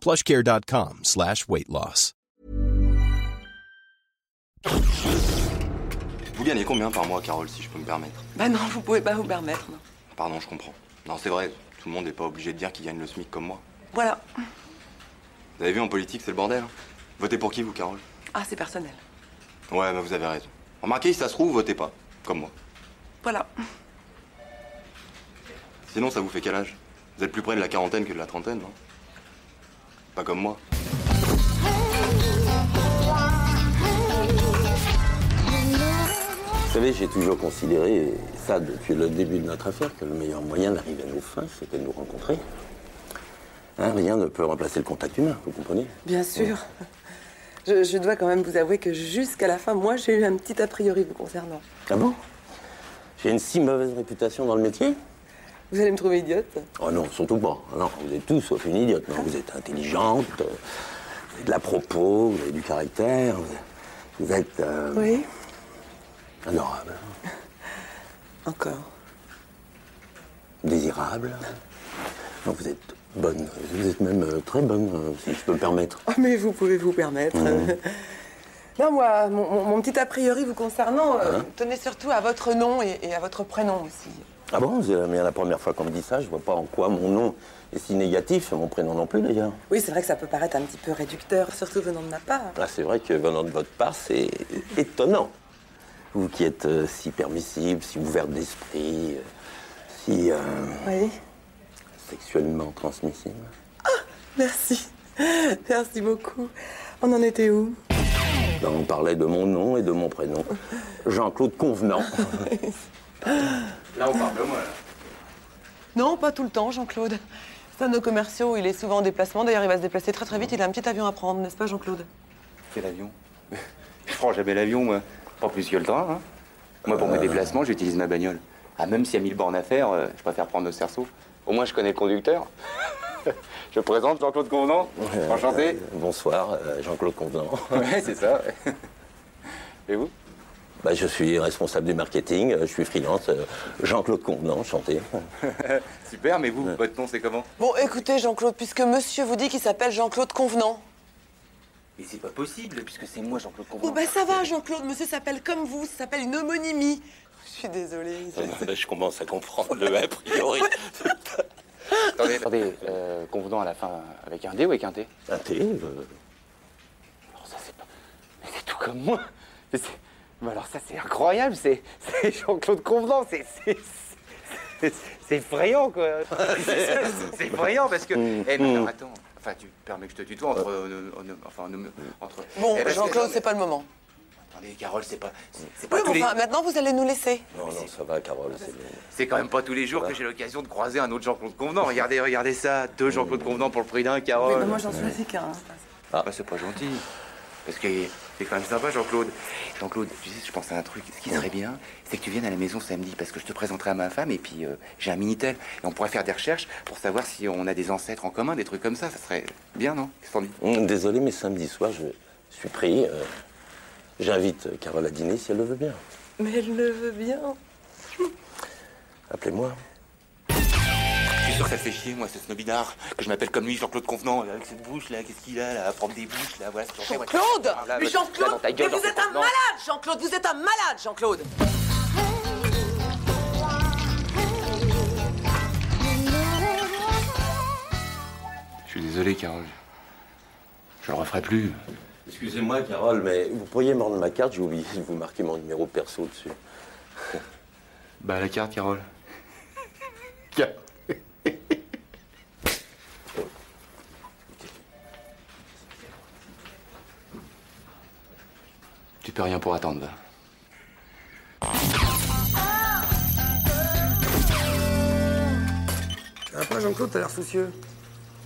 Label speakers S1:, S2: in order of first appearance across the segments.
S1: plushcare.com slash weight loss.
S2: Vous gagnez combien par mois, Carole, si je peux me permettre
S3: Bah non, vous pouvez pas vous permettre. non.
S2: Pardon, je comprends. Non, c'est vrai, tout le monde n'est pas obligé de dire qu'il gagne le SMIC comme moi.
S3: Voilà.
S2: Vous avez vu, en politique, c'est le bordel. hein. Votez pour qui, vous, Carole
S3: Ah, c'est personnel.
S2: Ouais, bah, vous avez raison. Remarquez, si ça se trouve, votez pas. Comme moi.
S3: Voilà.
S2: Sinon, ça vous fait quel âge Vous êtes plus près de la quarantaine que de la trentaine, non Pas comme moi.
S4: Vous savez, j'ai toujours considéré, et ça depuis le début de notre affaire, que le meilleur moyen d'arriver à nos fins, c'était de nous rencontrer. Hein, rien ne peut remplacer le contact humain, vous comprenez
S3: Bien sûr. Je, je dois quand même vous avouer que jusqu'à la fin, moi, j'ai eu un petit a priori vous concernant.
S4: Ah bon J'ai une si mauvaise réputation dans le métier
S3: Vous allez me trouver idiote
S4: Oh non, surtout pas. Non, vous êtes tout sauf une idiote. Non, vous êtes intelligente, euh, vous avez de la propos, vous avez du caractère, vous- vous êtes euh,
S3: Oui.
S4: honorable,
S3: Encore.
S4: désirable. Non, vous êtes bonne, vous êtes même euh, très bonne, euh, si je peux me permettre.
S3: Oh, mais vous pouvez vous permettre. Non, moi, mon, mon- mon petit a priori vous concernant, euh, tenez surtout à votre nom et, et à votre prénom aussi.
S4: Ah bon C'est la, mais la première fois qu'on me dit ça, je vois pas en quoi mon nom est si négatif, mon prénom non plus d'ailleurs.
S3: Oui, c'est vrai que ça peut paraître un petit peu réducteur, surtout venant de ma part.
S4: Ah, c'est vrai que venant de votre part, c'est étonnant. Vous qui êtes euh, si permissible, si ouverte d'esprit, euh, si euh,
S3: Oui.
S4: sexuellement transmissible.
S3: Merci. Merci beaucoup. On en était où
S4: Là, on parlait de mon nom et de mon prénom. Jean-Claude Convenant.
S2: Là, on parle de moi, là.
S3: Non, pas tout le temps, Jean-Claude. C'est un de nos commerciaux, il est souvent en déplacement. D'ailleurs, il va se déplacer très très vite, il a un petit avion à prendre, n'est-ce pas, Jean-Claude
S5: Quel avion Je prends jamais l'avion, moi. Pas plus que le train. hein. Moi, pour mes déplacements, j'utilise ma bagnole. Ah, même s'il y a mille bornes à faire, euh, je préfère prendre le cerceau. Au moins, je connais le conducteur. je présente Jean-Claude Convenant. Enchanté.
S4: Euh, bonsoir, euh, Jean-Claude Convenant.
S5: Ouais, c'est ça. ouais. Et vous
S4: Bah, je suis responsable du marketing, euh, je suis freelance. euh, Jean-Claude Convenant, chanté.
S5: Super, mais vous, votre nom, c'est comment
S3: Bon, écoutez, Jean-Claude, puisque monsieur vous dit qu'il s'appelle Jean-Claude Convenant.
S5: Mais c'est pas possible, puisque c'est moi, Jean-Claude Convenant.
S3: Oh, bah ça va, Jean-Claude, monsieur s'appelle comme vous, ça s'appelle une homonymie. Je suis désolée.
S4: je commence à comprendre le a priori.
S5: Attendez, attendez, euh, Convenant à la fin, avec un D ou avec un T
S4: Un thé, euh,
S5: Alors ça, c'est pas- Mais c'est tout comme moi. Mais c'est- mais alors ça, c'est incroyable. C'est c'est Jean-Claude Convenant. C'est- c'est- c'est- C'est effrayant, quoi. C'est- c'est effrayant parce que. Eh, mais alors, attends. Enfin, tu permets que je te tutoie entre. euh, on- on- enfin, on- entre.
S3: Bon,
S5: Eh, parce que-
S3: Jean-Claude, c'est pas le moment.
S5: Attendez, Carole, c'est pas. c'est- C'est pas
S3: Oui,
S5: tous
S3: mais
S5: les-
S3: enfin, maintenant, vous allez nous laisser.
S4: Non, non, ça va, Carole, c'est bien.
S5: C'est quand même pas tous les jours que j'ai l'occasion de croiser un autre Jean-Claude Convenant. Regardez, regardez ça. Deux Jean-Claude Convenant pour le prix d'un, Carole.
S3: j'en suis aussi qu'un.
S5: Ah, c'est pas gentil. Parce que c'est quand même sympa, Jean-Claude. Jean-Claude, tu sais, je pense à un truc. Ce qui serait bien, c'est que tu viennes à la maison samedi, parce que je te présenterai à ma femme, et puis euh, j'ai un Minitel. Et on pourrait faire des recherches pour savoir si on a des ancêtres en commun, des trucs comme ça. Ça serait bien, non Qu'est-ce que t'en dis
S4: Hum, Désolé, mais samedi soir, je suis pris. euh, J'invite euh, Carole à dîner si elle le veut bien.
S3: Mais elle le veut bien.
S4: Appelez-moi.
S5: Je suis sûr que ça le fait chier, moi, ce snobinard, que je m'appelle comme lui, Jean-Claude Convenant, avec cette bouche, là, qu'est-ce qu'il a, là, à prendre des bouches, là, voilà.
S3: Jean-Claude
S5: Ah,
S3: Mais Jean-Claude Mais vous êtes un malade, Jean-Claude Vous êtes un malade, Jean-Claude
S5: Je suis désolé, Carole. Je le referai plus.
S4: Excusez-moi, Carole, mais vous pourriez me rendre ma carte, j'ai oublié de vous marquer mon numéro perso dessus.
S5: Bah, la carte, Carole. tu peux rien pour attendre, va.
S6: Ah, pas Jean-Claude, t'as l'air soucieux.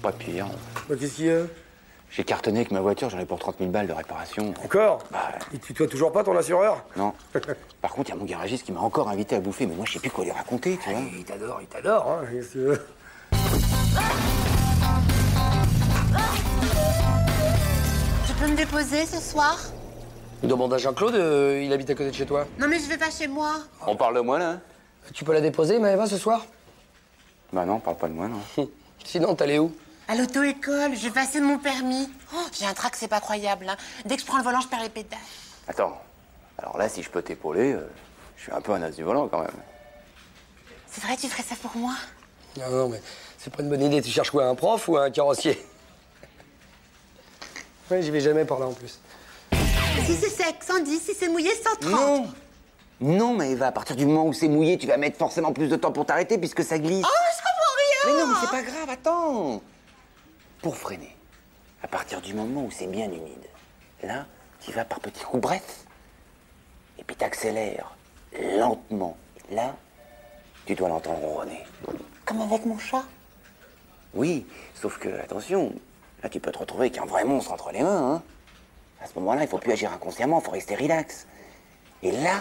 S5: Pas pire.
S6: Bah, qu'est-ce qu'il y a
S5: J'ai cartonné avec ma voiture, j'en ai pour 30 000 balles de réparation.
S6: Encore
S5: Bah,
S6: Il te tutoie toujours pas ton assureur
S5: non. Par contre, il y a mon garagiste qui m'a encore invité à bouffer, mais moi, je sais plus quoi lui raconter, tu vois.
S6: Il t'adore, il t'adore, hein, qu'est-ce que tu veux
S7: Tu peux me déposer ce soir
S8: Demande à Jean-Claude, euh, il habite à côté de chez toi.
S7: Non mais je vais pas chez moi.
S5: On parle de moi, là hein
S8: Tu peux la déposer, Maëva, ce soir
S5: Bah non, on parle pas de moi, non.
S8: Sinon, t'allais où
S7: À l'auto-école, je vais passer mon permis. Oh, j'ai un trac, c'est pas croyable. hein. Dès que je prends le volant, je perds les pédales.
S5: Attends, alors là, si je peux t'épauler, euh, je suis un peu un as du volant, quand même.
S7: C'est vrai, tu ferais ça pour moi
S8: Non, non, mais c'est pas une bonne idée. Tu cherches quoi, un prof ou un carrossier Ouais, j'y vais jamais par là en plus.
S7: Si c'est sec, 110, si c'est mouillé, 130.
S5: Non Non, mais Eva, à partir du moment où c'est mouillé, tu vas mettre forcément plus de temps pour t'arrêter puisque ça glisse.
S7: Oh, je comprends
S5: mais
S7: rien
S5: non, mais c'est pas grave, attends Pour freiner, à partir du moment où c'est bien humide, là, tu vas par petits coups brefs. Et puis t'accélères lentement. Et là, tu dois l'entendre ronronner.
S7: Comme avec mon chat.
S5: Oui, sauf que, attention, là, tu peux te retrouver avec un vrai monstre entre les mains, hein. À ce moment-là, il faut plus agir inconsciemment, il faut rester relax. Et là,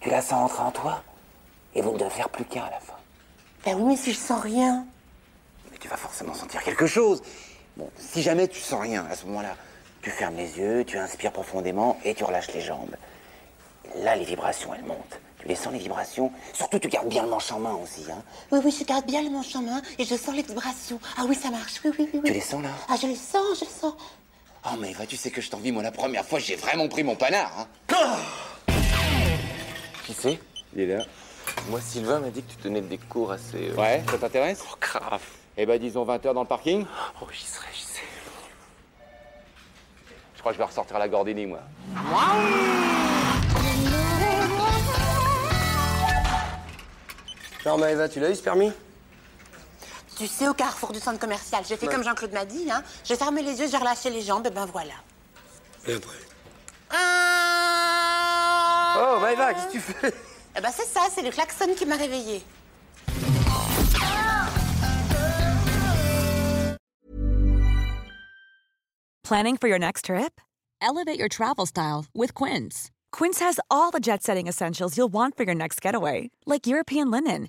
S5: tu la sens entrer en toi, et vous ne devez faire plus qu'un à la fin.
S7: Ben oui, mais si je sens rien.
S5: Mais tu vas forcément sentir quelque chose. Bon, si jamais tu sens rien à ce moment-là, tu fermes les yeux, tu inspires profondément et tu relâches les jambes. Et là, les vibrations, elles montent. Tu les sens, les vibrations. Surtout, tu gardes bien le manche en main aussi. Hein.
S7: Oui, oui, je garde bien le manche en main et je sens les vibrations. Ah oui, ça marche, oui, oui, oui. oui.
S5: Tu les sens là
S7: Ah, je les sens, je les sens.
S5: Oh, mais va, tu sais que je t'envie, moi, la première fois, j'ai vraiment pris mon panard. Hein. Qui c'est
S4: Il est là. Moi, Sylvain m'a dit que tu tenais des cours assez. euh,
S5: Ouais, ça t'intéresse
S4: grave.
S5: Eh ben, disons 20h dans le parking.
S4: Oh, j'y serais, j'y serais.
S5: Je crois que je vais ressortir la Gordini, moi.
S8: Alors, Maëva, tu l'as eu ce permis
S7: Tu sais, au carrefour du centre commercial, j'ai fait comme Jean-Claude m'a dit, hein. J'ai fermé les yeux, j'ai relâché les jambes, et ben voilà.
S8: Et après
S7: Ah
S8: Oh, Maëva, qu'est-ce que tu fais
S7: Eh ben c'est ça, c'est le klaxon qui m'a réveillée.
S9: Planning for your next trip? Elevate your travel style with Quince. Quince has all the jet setting essentials you'll want for your next getaway, like European linen,